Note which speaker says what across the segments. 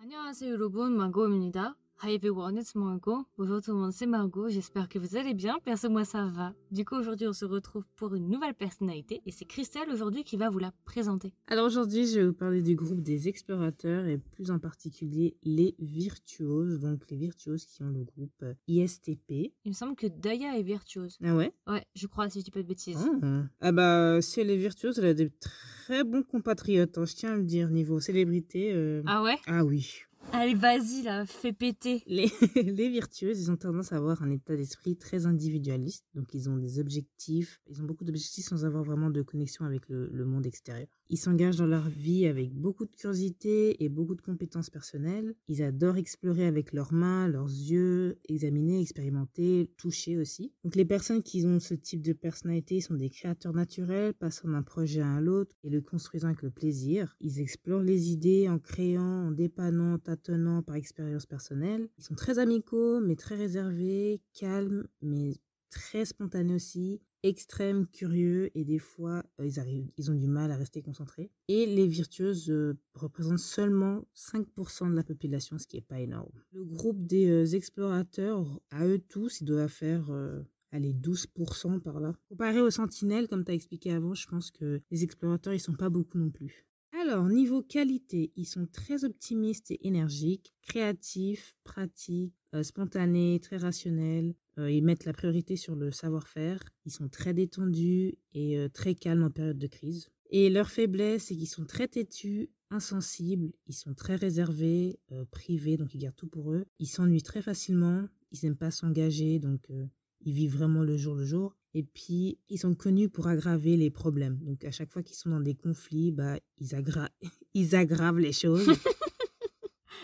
Speaker 1: 안녕하세요 여러분, 망고입니다. Hi everyone, it's Mango. Bonjour tout le monde, c'est Margot. J'espère que vous allez bien. Perso, moi ça va. Du coup, aujourd'hui, on se retrouve pour une nouvelle personnalité et c'est Christelle aujourd'hui qui va vous la présenter.
Speaker 2: Alors aujourd'hui, je vais vous parler du groupe des explorateurs et plus en particulier les virtuoses, donc les virtuoses qui ont le groupe euh, ISTP.
Speaker 1: Il me semble que Daya est virtuose.
Speaker 2: Ah ouais
Speaker 1: Ouais, je crois, si je dis pas de bêtises.
Speaker 2: Ah. Ah bah si elle est virtuose, elle a des très bons compatriotes, hein, je tiens à le dire, niveau célébrité. euh,
Speaker 1: Ah ouais
Speaker 2: Ah oui.
Speaker 1: Allez, vas-y là, fais péter.
Speaker 2: Les, les virtueuses, ils ont tendance à avoir un état d'esprit très individualiste, donc ils ont des objectifs, ils ont beaucoup d'objectifs sans avoir vraiment de connexion avec le, le monde extérieur. Ils s'engagent dans leur vie avec beaucoup de curiosité et beaucoup de compétences personnelles. Ils adorent explorer avec leurs mains, leurs yeux, examiner, expérimenter, toucher aussi. Donc les personnes qui ont ce type de personnalité sont des créateurs naturels, passant d'un projet à l'autre et le construisant avec le plaisir. Ils explorent les idées en créant, en dépannant, tâtonnant par expérience personnelle. Ils sont très amicaux, mais très réservés, calmes, mais très spontanés aussi, extrêmes, curieux, et des fois, euh, ils, arrivent, ils ont du mal à rester concentrés. Et les virtueuses euh, représentent seulement 5% de la population, ce qui n'est pas énorme. Le groupe des euh, explorateurs, à eux tous, ils doivent faire... euh, Allez, 12% par là. Comparé aux sentinelles, comme tu as expliqué avant, je pense que les explorateurs, ils sont pas beaucoup non plus. Alors, niveau qualité, ils sont très optimistes et énergiques, créatifs, pratiques, euh, spontanés, très rationnels. Euh, ils mettent la priorité sur le savoir-faire. Ils sont très détendus et euh, très calmes en période de crise. Et leur faiblesse, c'est qu'ils sont très têtus, insensibles, ils sont très réservés, euh, privés, donc ils gardent tout pour eux. Ils s'ennuient très facilement, ils n'aiment pas s'engager, donc euh, ils vivent vraiment le jour le jour. Et puis, ils sont connus pour aggraver les problèmes. Donc, à chaque fois qu'ils sont dans des conflits, bah, ils, aggra- ils aggravent les choses.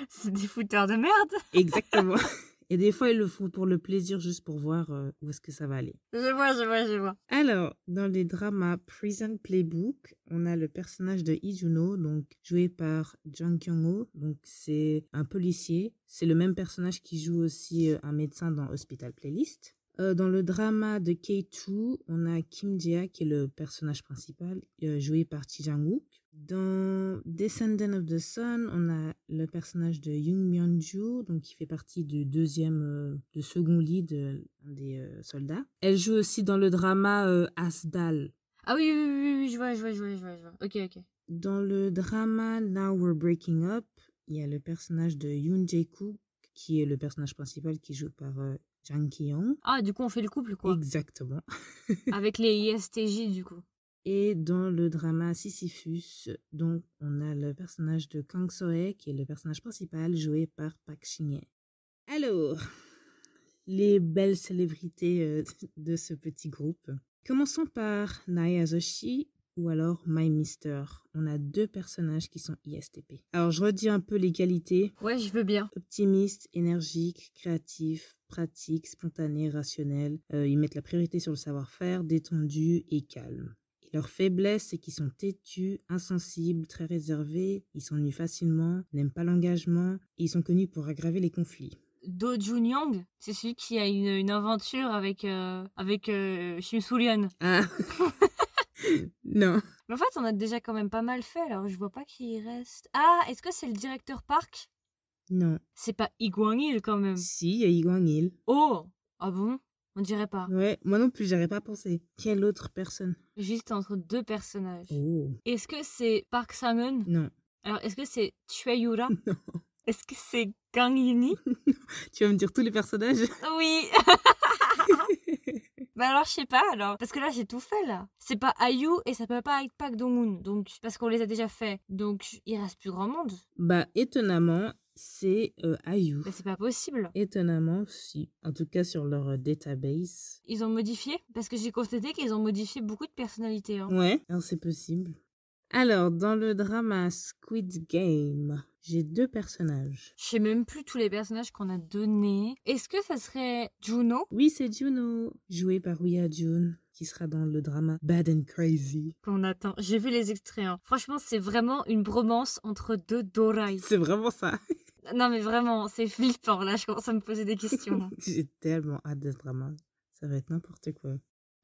Speaker 1: C'est des fouteurs de merde.
Speaker 2: Exactement. Et des fois, ils le font pour le plaisir, juste pour voir euh, où est-ce que ça va aller.
Speaker 1: Je vois, je vois, je vois.
Speaker 2: Alors, dans les dramas Prison Playbook, on a le personnage de Izuno, donc joué par Jung Kyung-ho. Donc, c'est un policier. C'est le même personnage qui joue aussi euh, un médecin dans Hospital Playlist. Euh, dans le drama de K2, on a Kim Jia qui est le personnage principal, euh, joué par Chi Jang-wook. Dans Descendant of the Sun, on a le personnage de Yoon Myung-joo, donc qui fait partie du deuxième, euh, du second lead euh, un des euh, soldats. Elle joue aussi dans le drama euh, Asdal.
Speaker 1: Ah oui, oui, oui, oui, oui, je vois, je vois, je vois, je vois, je vois. Ok, ok.
Speaker 2: Dans le drama Now We're Breaking Up, il y a le personnage de Yoon Jae-kook, qui est le personnage principal qui joue par euh, Jang Ki-young.
Speaker 1: Ah, du coup, on fait le couple quoi.
Speaker 2: Exactement.
Speaker 1: Avec les ISTJ du coup.
Speaker 2: Et dans le drama Sisyphus, donc on a le personnage de Kang Soe, qui est le personnage principal joué par Park Shin-hye. Alors, les belles célébrités euh, de ce petit groupe. Commençons par Naya Zoshi ou alors My Mister. On a deux personnages qui sont ISTP. Alors, je redis un peu les qualités
Speaker 1: Ouais, je veux bien.
Speaker 2: optimistes, énergiques, créatifs, pratiques, spontanés, rationnels. Euh, ils mettent la priorité sur le savoir-faire, détendus et calmes. Et leur faiblesse, c'est qu'ils sont têtus, insensibles, très réservés, ils s'ennuient facilement, n'aiment pas l'engagement, et ils sont connus pour aggraver les conflits.
Speaker 1: Do Jun Young, c'est celui qui a une, une aventure avec euh, avec euh, Shim Soo Hyun.
Speaker 2: Ah Non.
Speaker 1: Mais en fait, on a déjà quand même pas mal fait, alors je vois pas qui y reste. Ah, est-ce que c'est le directeur Park
Speaker 2: Non.
Speaker 1: C'est pas Iguang Il quand même.
Speaker 2: Si, il y a Yiguang Il.
Speaker 1: Oh Ah bon On dirait pas.
Speaker 2: Ouais, moi non plus, j'aurais pas pensé. Quelle autre personne
Speaker 1: Juste entre deux personnages.
Speaker 2: Oh.
Speaker 1: Est-ce que c'est Park Sang-eun
Speaker 2: Non.
Speaker 1: Alors, est-ce que c'est Chue Yura
Speaker 2: Non.
Speaker 1: Est-ce que c'est Kang Yuni
Speaker 2: Tu vas me dire tous les personnages
Speaker 1: Oui Bah alors, je sais pas, alors. Parce que là, j'ai tout fait, là. C'est pas Ayu et ça peut pas être Park Dong-un, donc... Parce qu'on les a déjà fait. Donc, il reste plus grand monde.
Speaker 2: Bah, étonnamment, c'est euh, Ayu.
Speaker 1: Mais c'est pas possible.
Speaker 2: Étonnamment, si. En tout cas, sur leur euh, database.
Speaker 1: Ils ont modifié Parce que j'ai constaté qu'ils ont modifié beaucoup de personnalités, hein.
Speaker 2: Ouais, alors c'est possible. Alors, dans le drama Squid Game, j'ai deux personnages.
Speaker 1: Je sais même plus tous les personnages qu'on a donnés. Est-ce que ça serait Juno
Speaker 2: Oui, c'est Juno, joué par Ouya June, qui sera dans le drama Bad and Crazy.
Speaker 1: qu'on attend J'ai vu les extraits. hein. Franchement, c'est vraiment une bromance entre deux Dorai.
Speaker 2: C'est vraiment ça.
Speaker 1: Non mais vraiment, c'est flippant. Là, je commence à me poser des questions.
Speaker 2: J'ai tellement hâte de ce drama. Ça va être n'importe quoi.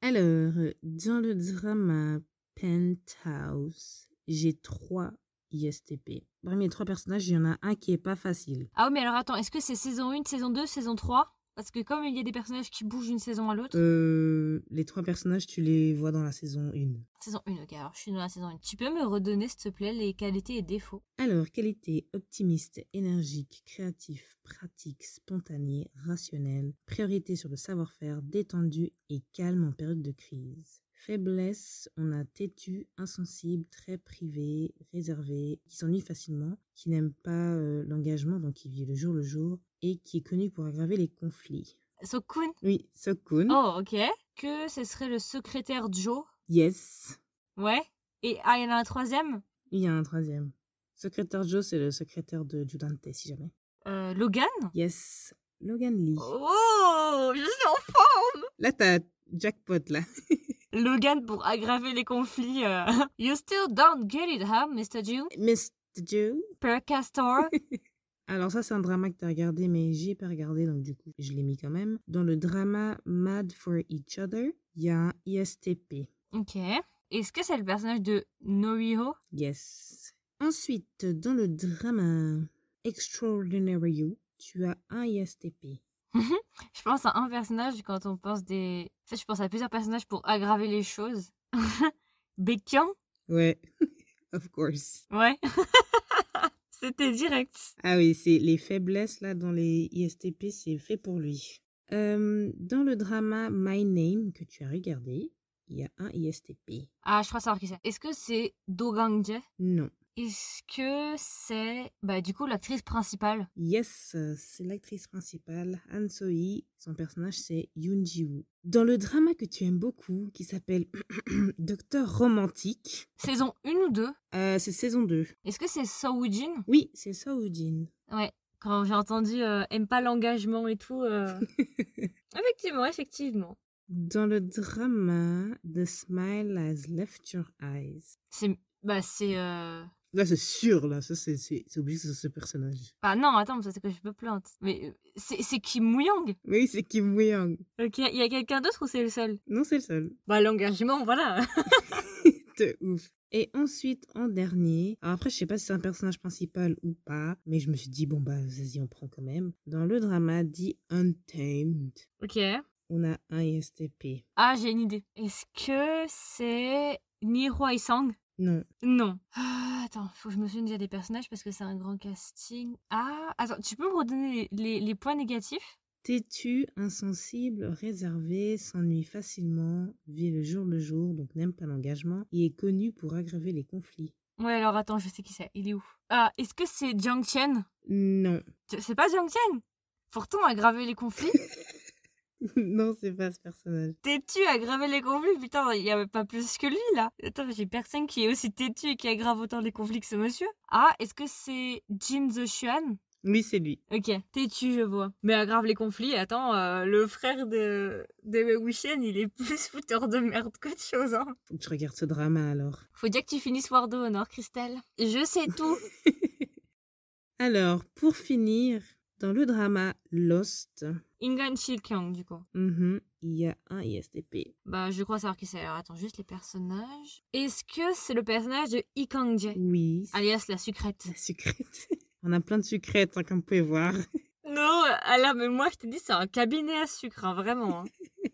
Speaker 2: Alors, dans le drama Penthouse, j'ai trois ISTP. Parmi les trois personnages, il y en a un qui est pas facile.
Speaker 1: Ah oui, mais alors attends, est-ce que c'est saison 1, saison 2, saison 3 Parce que comme il y a des personnages qui bougent d'une saison à l'autre.
Speaker 2: Euh, les trois personnages, tu les vois dans la saison 1.
Speaker 1: Saison 1, ok, alors je suis dans la saison 1. Tu peux me redonner, s'il te plaît, les qualités et défauts
Speaker 2: Alors, qualité optimiste, énergique, créatif, pratique, spontané, rationnel, priorité sur le savoir-faire, détendu et calme en période de crise. Faiblesse, on a têtu, insensible, très privé, réservé, qui s'ennuie facilement, qui n'aime pas euh, l'engagement, donc qui vit le jour le jour, et qui est connu pour aggraver les conflits.
Speaker 1: Sokun
Speaker 2: Oui, Sokun.
Speaker 1: Oh, ok. Que ce serait le secrétaire Joe
Speaker 2: Yes.
Speaker 1: Ouais. Et ah, il y en a un troisième
Speaker 2: Il y a un troisième. Secrétaire Joe, c'est le secrétaire de Judante, si jamais.
Speaker 1: Euh, Logan
Speaker 2: Yes. Logan Lee.
Speaker 1: Oh, je suis en forme
Speaker 2: Là, t'as jackpot, là.
Speaker 1: Logan pour aggraver les conflits. euh. You still don't get it, huh, Mr. June
Speaker 2: Mr. Joe.
Speaker 1: Percastor
Speaker 2: Alors ça, c'est un drama que t'as regardé, mais j'ai pas regardé, donc du coup, je l'ai mis quand même. Dans le drama Mad for Each Other, il y a un ISTP.
Speaker 1: Ok. Est-ce que c'est le personnage de Noriho
Speaker 2: Yes. Ensuite, dans le drama Extraordinary You, tu as un ISTP.
Speaker 1: Je pense à un personnage quand on pense des. En fait, je pense à plusieurs personnages pour aggraver les choses. Bekyan
Speaker 2: Ouais, of course.
Speaker 1: Ouais. C'était direct.
Speaker 2: Ah oui, c'est les faiblesses là dans les ISTP, c'est fait pour lui. Euh, dans le drama My Name que tu as regardé, il y a un ISTP.
Speaker 1: Ah, je crois savoir qui c'est. Est-ce que c'est Dogangje
Speaker 2: Non.
Speaker 1: Est-ce que c'est. Bah, du coup, l'actrice principale
Speaker 2: Yes, euh, c'est l'actrice principale, Han So-hee. Son personnage, c'est Yoon Ji-woo. Dans le drama que tu aimes beaucoup, qui s'appelle Docteur Romantique,
Speaker 1: Saison 1 ou 2
Speaker 2: euh, c'est saison 2.
Speaker 1: Est-ce que c'est Sawoo-jin
Speaker 2: Oui, c'est Seo Jin.
Speaker 1: Ouais. Quand j'ai entendu euh, aime pas l'engagement et tout. euh, effectivement, effectivement.
Speaker 2: Dans le drama The Smile Has Left Your Eyes.
Speaker 1: C'est. Bah, c'est. euh,
Speaker 2: Là, c'est sûr, là, ça, c'est c'est- c'est obligé que ce soit ce personnage.
Speaker 1: Bah, non, attends, parce que je me plante. Mais euh, c'est c'est Kim Woo-young
Speaker 2: Mais oui, c'est Kim Woo-young.
Speaker 1: Ok, il y a quelqu'un d'autre ou c'est le seul
Speaker 2: Non, c'est le seul.
Speaker 1: Bah, l'engagement, voilà.
Speaker 2: de ouf. Et ensuite, en dernier, alors après, je sais pas si c'est un personnage principal ou pas, mais je me suis dit, bon, bah, vas-y, on prend quand même. Dans le drama dit Untamed,
Speaker 1: ok.
Speaker 2: on a un ISTP.
Speaker 1: Ah, j'ai une idée. Est-ce que c'est Nihua Isang
Speaker 2: Non.
Speaker 1: Non. Ah, attends, faut que je me souvienne déjà des personnages parce que c'est un grand casting. Ah, attends, tu peux me redonner les, les- les points négatifs
Speaker 2: Têtu, insensible, réservé, s'ennuie facilement, vit le jour le jour, donc n'aime pas l'engagement, et est connu pour aggraver les conflits.
Speaker 1: Ouais, alors attends, je sais qui c'est. Il est où Ah, est-ce que c'est Jiang Chen
Speaker 2: Non.
Speaker 1: Tu- C'est pas Jiang Chen Pourtant, aggraver les conflits
Speaker 2: non, c'est pas ce personnage.
Speaker 1: Têtu, aggraver les conflits Putain, il y avait pas plus que lui, là. Attends, j'ai personne qui est aussi têtu et qui aggrave autant les conflits que ce monsieur. Ah, est-ce que c'est Jin The Xuan
Speaker 2: Oui, c'est lui.
Speaker 1: Ok, têtu, je vois. Mais aggrave les conflits, attends, euh, le frère de, de Wuxian, il est plus fouteur de merde qu'autre chose, hein.
Speaker 2: Faut que je regarde ce drama alors.
Speaker 1: Faut dire que tu finisses Word au Nord, Christelle. Je sais tout.
Speaker 2: Alors, pour finir, dans le drama Lost,
Speaker 1: Ingan Shilkyang, du coup.
Speaker 2: mhm, il y a un ISTP.
Speaker 1: Bah, je crois savoir qui c'est. Alors, attends, juste les personnages. Est-ce que c'est le personnage de Yi Kang-jae
Speaker 2: Oui, c'est
Speaker 1: Alias la sucrète.
Speaker 2: la sucrète. On a plein de sucrètes, hein, comme vous pouvez voir.
Speaker 1: Non, ah là, mais moi, je te dis, c'est un cabinet à sucre, hein, vraiment. hein.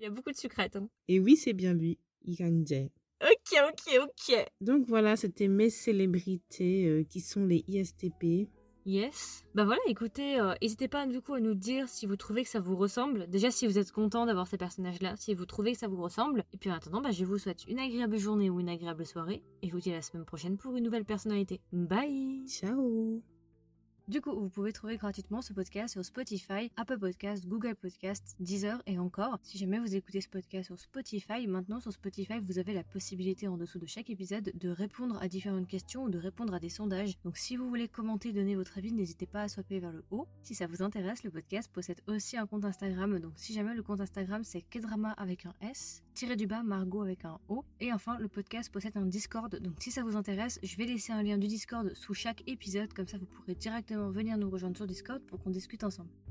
Speaker 1: Il y a beaucoup de sucrètes. hein.
Speaker 2: Et oui, c'est bien lui, Ikanje.
Speaker 1: Ok, ok, ok.
Speaker 2: Donc voilà, c'était mes célébrités euh, qui sont les ISTP.
Speaker 1: Yes. Bah voilà, écoutez, euh, n'hésitez pas du coup à nous dire si vous trouvez que ça vous ressemble. Déjà, si vous êtes content d'avoir ces personnages-là, si vous trouvez que ça vous ressemble. Et puis en attendant, bah, je vous souhaite une agréable journée ou une agréable soirée. Et je vous dis à la semaine prochaine pour une nouvelle personnalité. Bye
Speaker 2: Ciao
Speaker 1: Du coup, vous pouvez trouver gratuitement ce podcast sur Spotify, Apple Podcast, Google Podcast, Deezer et encore. Si jamais vous écoutez ce podcast sur Spotify, maintenant sur Spotify, vous avez la possibilité en dessous de chaque épisode de répondre à différentes questions ou de répondre à des sondages. Donc si vous voulez commenter, donner votre avis, n'hésitez pas à swiper vers le haut. Si ça vous intéresse, le podcast possède aussi un compte Instagram. Donc si jamais le compte Instagram c'est Kedrama avec un S, tiré du bas Margot avec un O. Et enfin, le podcast possède un Discord. Donc si ça vous intéresse, je vais laisser un lien du Discord sous chaque épisode. Comme ça, vous pourrez directement venir nous rejoindre sur Discord pour qu'on discute ensemble.